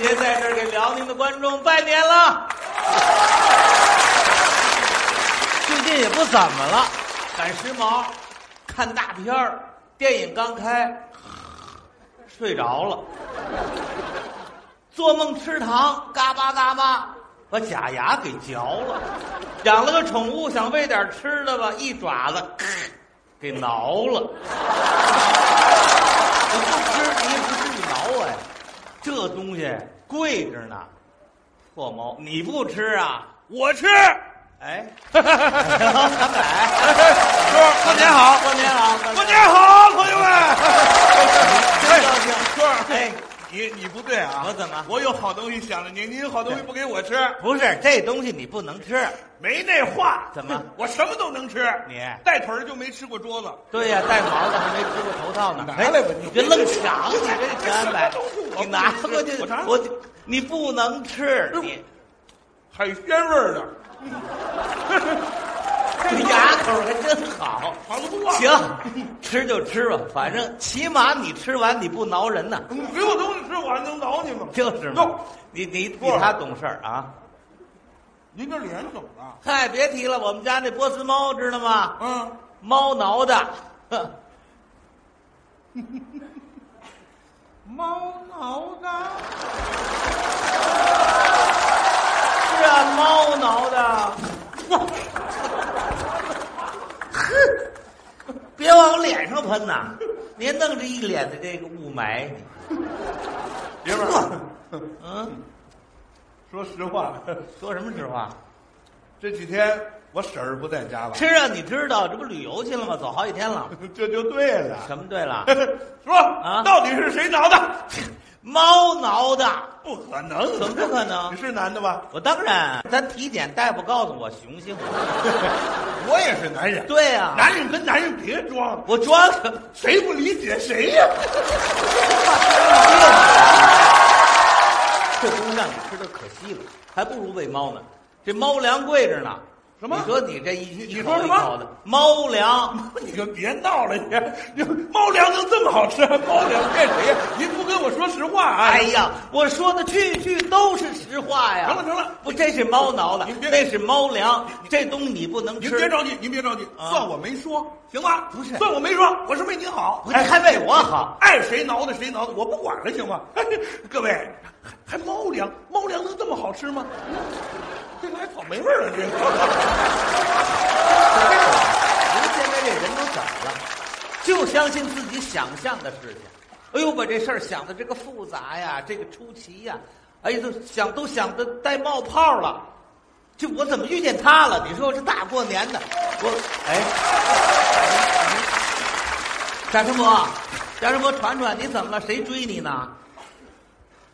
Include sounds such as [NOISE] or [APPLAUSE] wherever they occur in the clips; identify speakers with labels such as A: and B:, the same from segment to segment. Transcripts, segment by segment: A: 节在这儿给辽宁的观众拜年了。
B: 最近也不怎么了，
A: 赶时髦，看大片儿，电影刚开，睡着了，做梦吃糖，嘎巴嘎巴，把假牙给嚼了。养了个宠物，想喂点吃的吧，一爪子咔给挠了。我不吃，你也不至于挠我呀。这东西贵着呢，破猫，你不吃啊？
B: 我吃。
A: 哎，咱买。
B: 哥，过年好，
A: 过年好，
B: 过年好，朋友们。
A: 真高兴。
B: 哥儿，
A: 哎，
B: 你你不对啊，
A: 我怎么
B: 我有好东西想着您，您有好东西不给我吃，
A: 不是这东西你不能吃。
B: 没那话。
A: 怎么？
B: 我什么都能吃。
A: 你啊
B: 带腿儿就没吃过桌子。
A: 对呀、带毛的还没吃过头套呢。
B: 拿来吧
A: 哎
B: 你
A: 你 [LAUGHS] 别愣抢，你这全百，你拿过去，
B: 我尝
A: 我你不能吃，你
B: 海鲜味儿的，
A: 你 [LAUGHS] 牙口还真好。
B: 房子不忘。
A: 行，吃就吃吧，反正起码你吃完你不挠人呢。
B: 你给我东西吃，我还能挠你吗？
A: 就是嘛
B: 哟，
A: 你你比
B: 不是
A: 他懂事儿啊！
B: 您这脸怎么了？
A: 嗨，别提了，我们家那波斯猫知道吗？
B: 嗯，
A: 猫挠的，哼
B: 猫挠的。
A: 是啊，猫挠的。哼，别往我脸上喷呐！您弄这一脸的这个雾霾，
B: 爷们儿，
A: 嗯，
B: 说实话，
A: 说什么实话？
B: 这几天我婶儿不在家了， [LAUGHS]
A: 吃啊，你知道这不旅游去了吗？走好几天了。
B: 这就对了。 [LAUGHS]
A: 什么对了？
B: 说
A: 啊
B: 到底是谁挠的？ [LAUGHS]
A: 猫挠的，
B: 不可能，
A: 怎么不可能
B: [LAUGHS] 你？是男的吧？
A: 我当然，咱体检大夫告诉我雄性。
B: 我也是男人，
A: 对呀、
B: 男人跟男人别装，
A: 我装什么？
B: 谁不理解谁呀？ [LAUGHS]
A: 这东西让你吃的可惜了，还不如喂猫呢。这猫粮贵着呢。
B: 什么
A: 你说你这一
B: 你
A: 一
B: 说
A: 口
B: 什
A: 一
B: 么
A: 口的猫粮，
B: 你可别闹了， [LAUGHS] 你你猫粮能这么好吃？ [LAUGHS] 猫粮骗谁呀？您不跟我说实话啊？
A: 哎呀，我说的句句都是实话呀。
B: 行了行了
A: 不，这是猫挠的
B: 您，别
A: 那是猫粮，这东西你不能
B: 您
A: 吃。
B: 别着急，您别着急，
A: 啊
B: 算我没说，行吗？
A: 不是
B: 算我没说，我是为您好
A: 不，是，哎还为我好。
B: 爱谁挠的谁挠的，我不管了，行吗？各位，还还猫粮，猫粮能这么好吃吗？嗯这个还草莓味儿了，这个。
A: 您现在这人都怎么了？就相信自己想象的事情。哎呦，把这事儿想的这个复杂呀，这个出奇呀，哎呀，都想都想的带冒泡了。就我怎么遇见他了？你说我这大过年的，我哎，贾师傅，贾师傅，传传你怎么了？谁追你呢？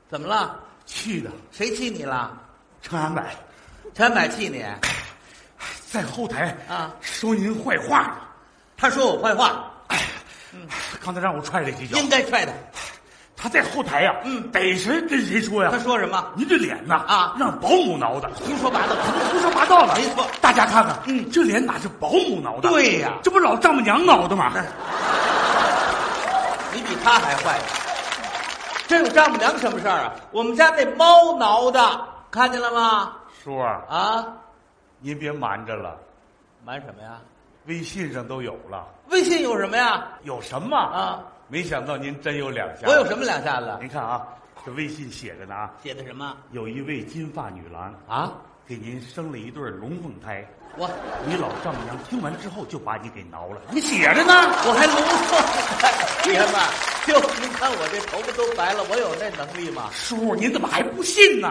A: 怎么了？
B: 去的
A: 谁气你了？
B: 陈安柏
A: 陈百气你？
B: 在后台
A: 啊
B: 说您坏话呢，
A: 他说我坏话，
B: 刚才让我踹了几脚
A: 嗯应该踹他。
B: 他在后台呀，嗯，逮谁跟谁说
A: 他。说什么？
B: 您这脸呐
A: 啊
B: 让保姆挠的，
A: 胡说八道。
B: 胡说八道了
A: 没错
B: 大家看看，
A: 嗯
B: 这脸哪是保姆挠的？
A: 对呀嗯
B: 这不老丈母娘挠的吗？
A: 你比他还坏。这有丈母娘什么事儿啊？我们家那猫挠的，看见了吗？
C: 叔啊，
A: 啊，
C: 您别瞒着了，
A: 瞒什么呀？
C: 微信上都有了，
A: 微信有什么呀？
C: 有什么？
A: 啊，
C: 没想到您真有两下。
A: 我有什么两下子？
C: 您看啊，这微信写着呢啊，
A: 写的什么
C: 有一位金发女郎
A: 啊？
C: 给您生了一对龙凤胎，
A: 我 [LAUGHS]
C: 你老丈母娘听完之后就把你给挠了。
B: 你写着呢。
A: 我还聋了，爷们儿，就您看我这头发都白了，我有那能力吗？
B: 叔，您怎么还不信呢？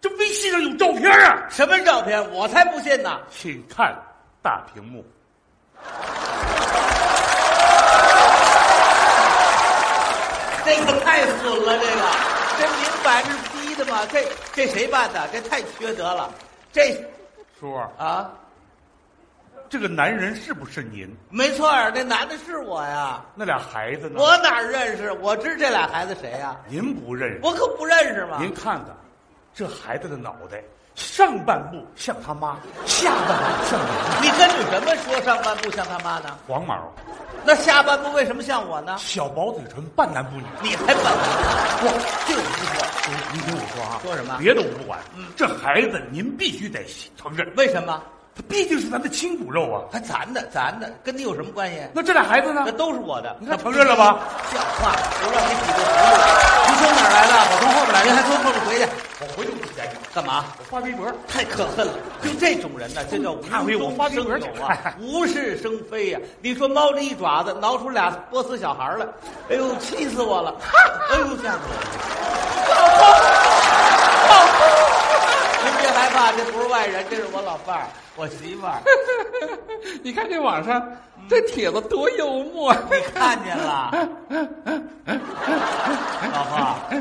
B: 这微信上有照片啊！
A: 什么照片？我才不信呢！
C: 请看大屏幕，
A: 这个太损了，这个这明摆着是逼的嘛？这这谁办的？这太缺德了！这
C: 叔，
A: 啊，
C: 这个男人是不是您？
A: 没错儿，那男的是我呀。
C: 那俩孩子呢？
A: 我哪儿认识？我知这俩孩子谁呀、
C: 您不认识，
A: 我可不认识嘛。
C: 您看看，这孩子的脑袋上半部像他妈，下半部像你。
A: 你跟女什么说上半部像他妈呢？
C: 黄毛，
A: 那下半部为什么像我呢？
C: 小薄嘴唇，半男不女。
A: 你才本我就你说，
C: 您听我说啊，
A: 说什么嗯
C: 别的我不管，这孩子您必须得承认，
A: 为什么？
C: 他毕竟是咱的亲骨肉啊。
A: 还咱的咱的，跟你有什么关系？
C: 那这俩孩子呢
A: 那？都是我的，
C: 你看承认了吧？
A: 像话吗，我让你比个葫芦。你从哪儿来的？我从后边来的。你还从后边回去
C: 我回头给你家去，
A: 干嘛？
C: 我发微博。
A: 太可恨了！就这种人呢、这叫无
C: 看回我
A: 中
C: 花瓶
A: 生
C: 儿去
A: 有啊， [LAUGHS] 无事生非呀、你说猫这一爪子挠出俩波斯小孩儿来，哎呦，气死我了！哎呦，吓死我了！
C: [LAUGHS]
A: 老公，老公，您别害怕，这不是外人，这是我老伴儿，我媳妇儿。
D: 你看这网上这帖子多幽默，
A: 你看见了，老婆，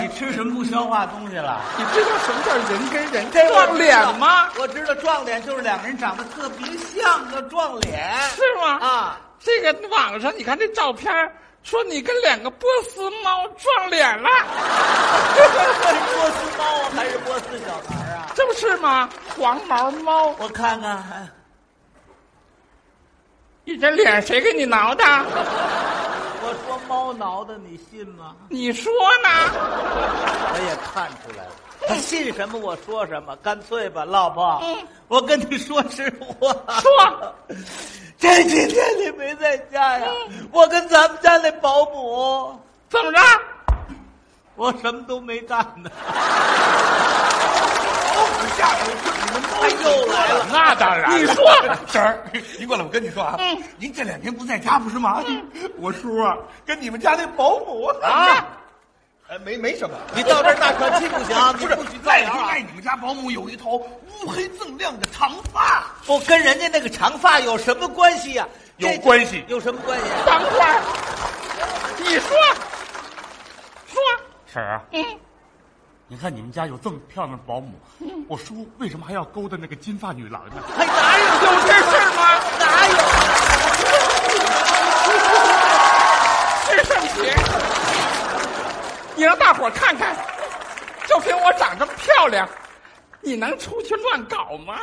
A: 你吃什么不消化东西了？
D: 你这叫什么叫人跟人
A: 这我
D: 撞脸吗？
A: 我知道撞脸就是两个人长得特别像，叫撞脸。
D: 是吗？
A: 啊，
D: 这个网上你看这照片儿，说你跟两个波斯猫撞脸了，
A: 波斯猫啊还是波斯小孩儿啊？
D: 这不是吗？黄毛猫，
A: 我看看，
D: 你这脸谁给你挠的？
A: 我说猫挠的，你信吗？
D: 你说呢？
A: 我也看出来了。他信什么我说什么，干脆吧，老婆，我跟你说实话。
D: 说，
A: [LAUGHS] 这几天你没在家呀？我跟咱们家那保姆，
D: 怎么着？
A: 我什么都没干呢。
B: 他
A: 哎他又来了，
C: 那当然
D: 你
C: 你
A: [LAUGHS]
D: 说
C: 说
B: 婶儿，您过来，我跟你说啊，
D: 嗯
B: 您这两天不在家不是吗？
A: 嗯
B: 我叔啊，跟你们家那保姆
A: 啊，
B: 哎，没没什么，
A: [LAUGHS] 你到这儿大喘气 [LAUGHS] 不行啊，你
B: 不是
A: 不许造
B: 赖
A: 谣
B: 就
A: 啊
B: 赖！哎你们家保姆有一头乌黑锃亮的长发。
A: 我跟人家那个长发有什么关系呀、
C: 有
A: 这
C: 关系
A: 有什么关系？
D: 等会儿，你说，说，
C: 婶儿啊，
D: 嗯，
C: 你看你们家有这么漂亮的保姆，我叔为什么还要勾搭那个金发女郎呢？
A: 还
B: 哎
A: 哪有
D: 有这事儿吗？
A: 哪有？
D: 这圣皮，你让大伙儿看看，就凭我长这么漂亮，你能出去乱搞吗？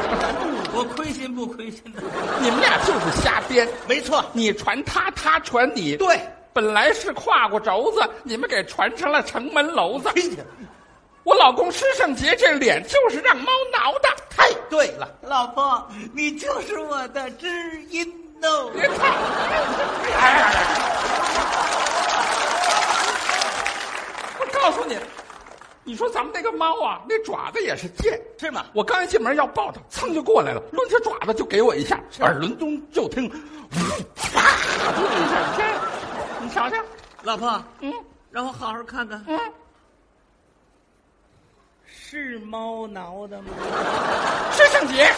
A: [LAUGHS] 我亏心不亏心的？
D: 你们俩就是瞎编，
A: 没错，
D: 你传他，他传你。
A: 对，
D: 本来是胯骨轴子，你们给传成了城门楼子。
A: 亏去。
D: 我老公施圣杰这脸就是让猫挠的，
A: 太对了，老婆，你就是我的知音哦。
D: 别操！我告诉你，你说咱们那个猫啊，那爪子也是贱，
A: 是吗
D: 我刚一进门要抱它，噌就过来了，抡起爪子就给我一下，耳轮中就听，呜啪就一下，你看，你瞧瞧，
A: 老婆，
D: 嗯
A: 让我好好看看，
D: 嗯，
A: 是猫挠的吗？
D: 施圣杰，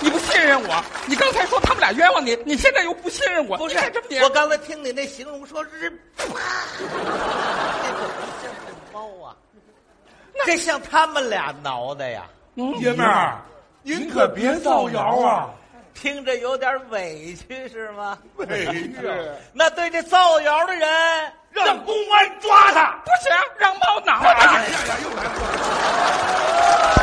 D: 你不信任我，你刚才说他们俩冤枉你，你现在又不信任我，
A: 不是
D: 你看这么点
A: 我，刚才听你那形容说是，啪，这可不像是猫啊，这像他们俩挠的呀，
D: 嗯
B: 爷们儿，您可别造谣啊！
A: 听着有点委屈是吗？
C: 哎
B: 委屈，
A: 那对这造谣的人，
C: 让公安抓他！
D: 不行，让猫挠
C: 哎
D: 的。
C: 呀呀，又来了！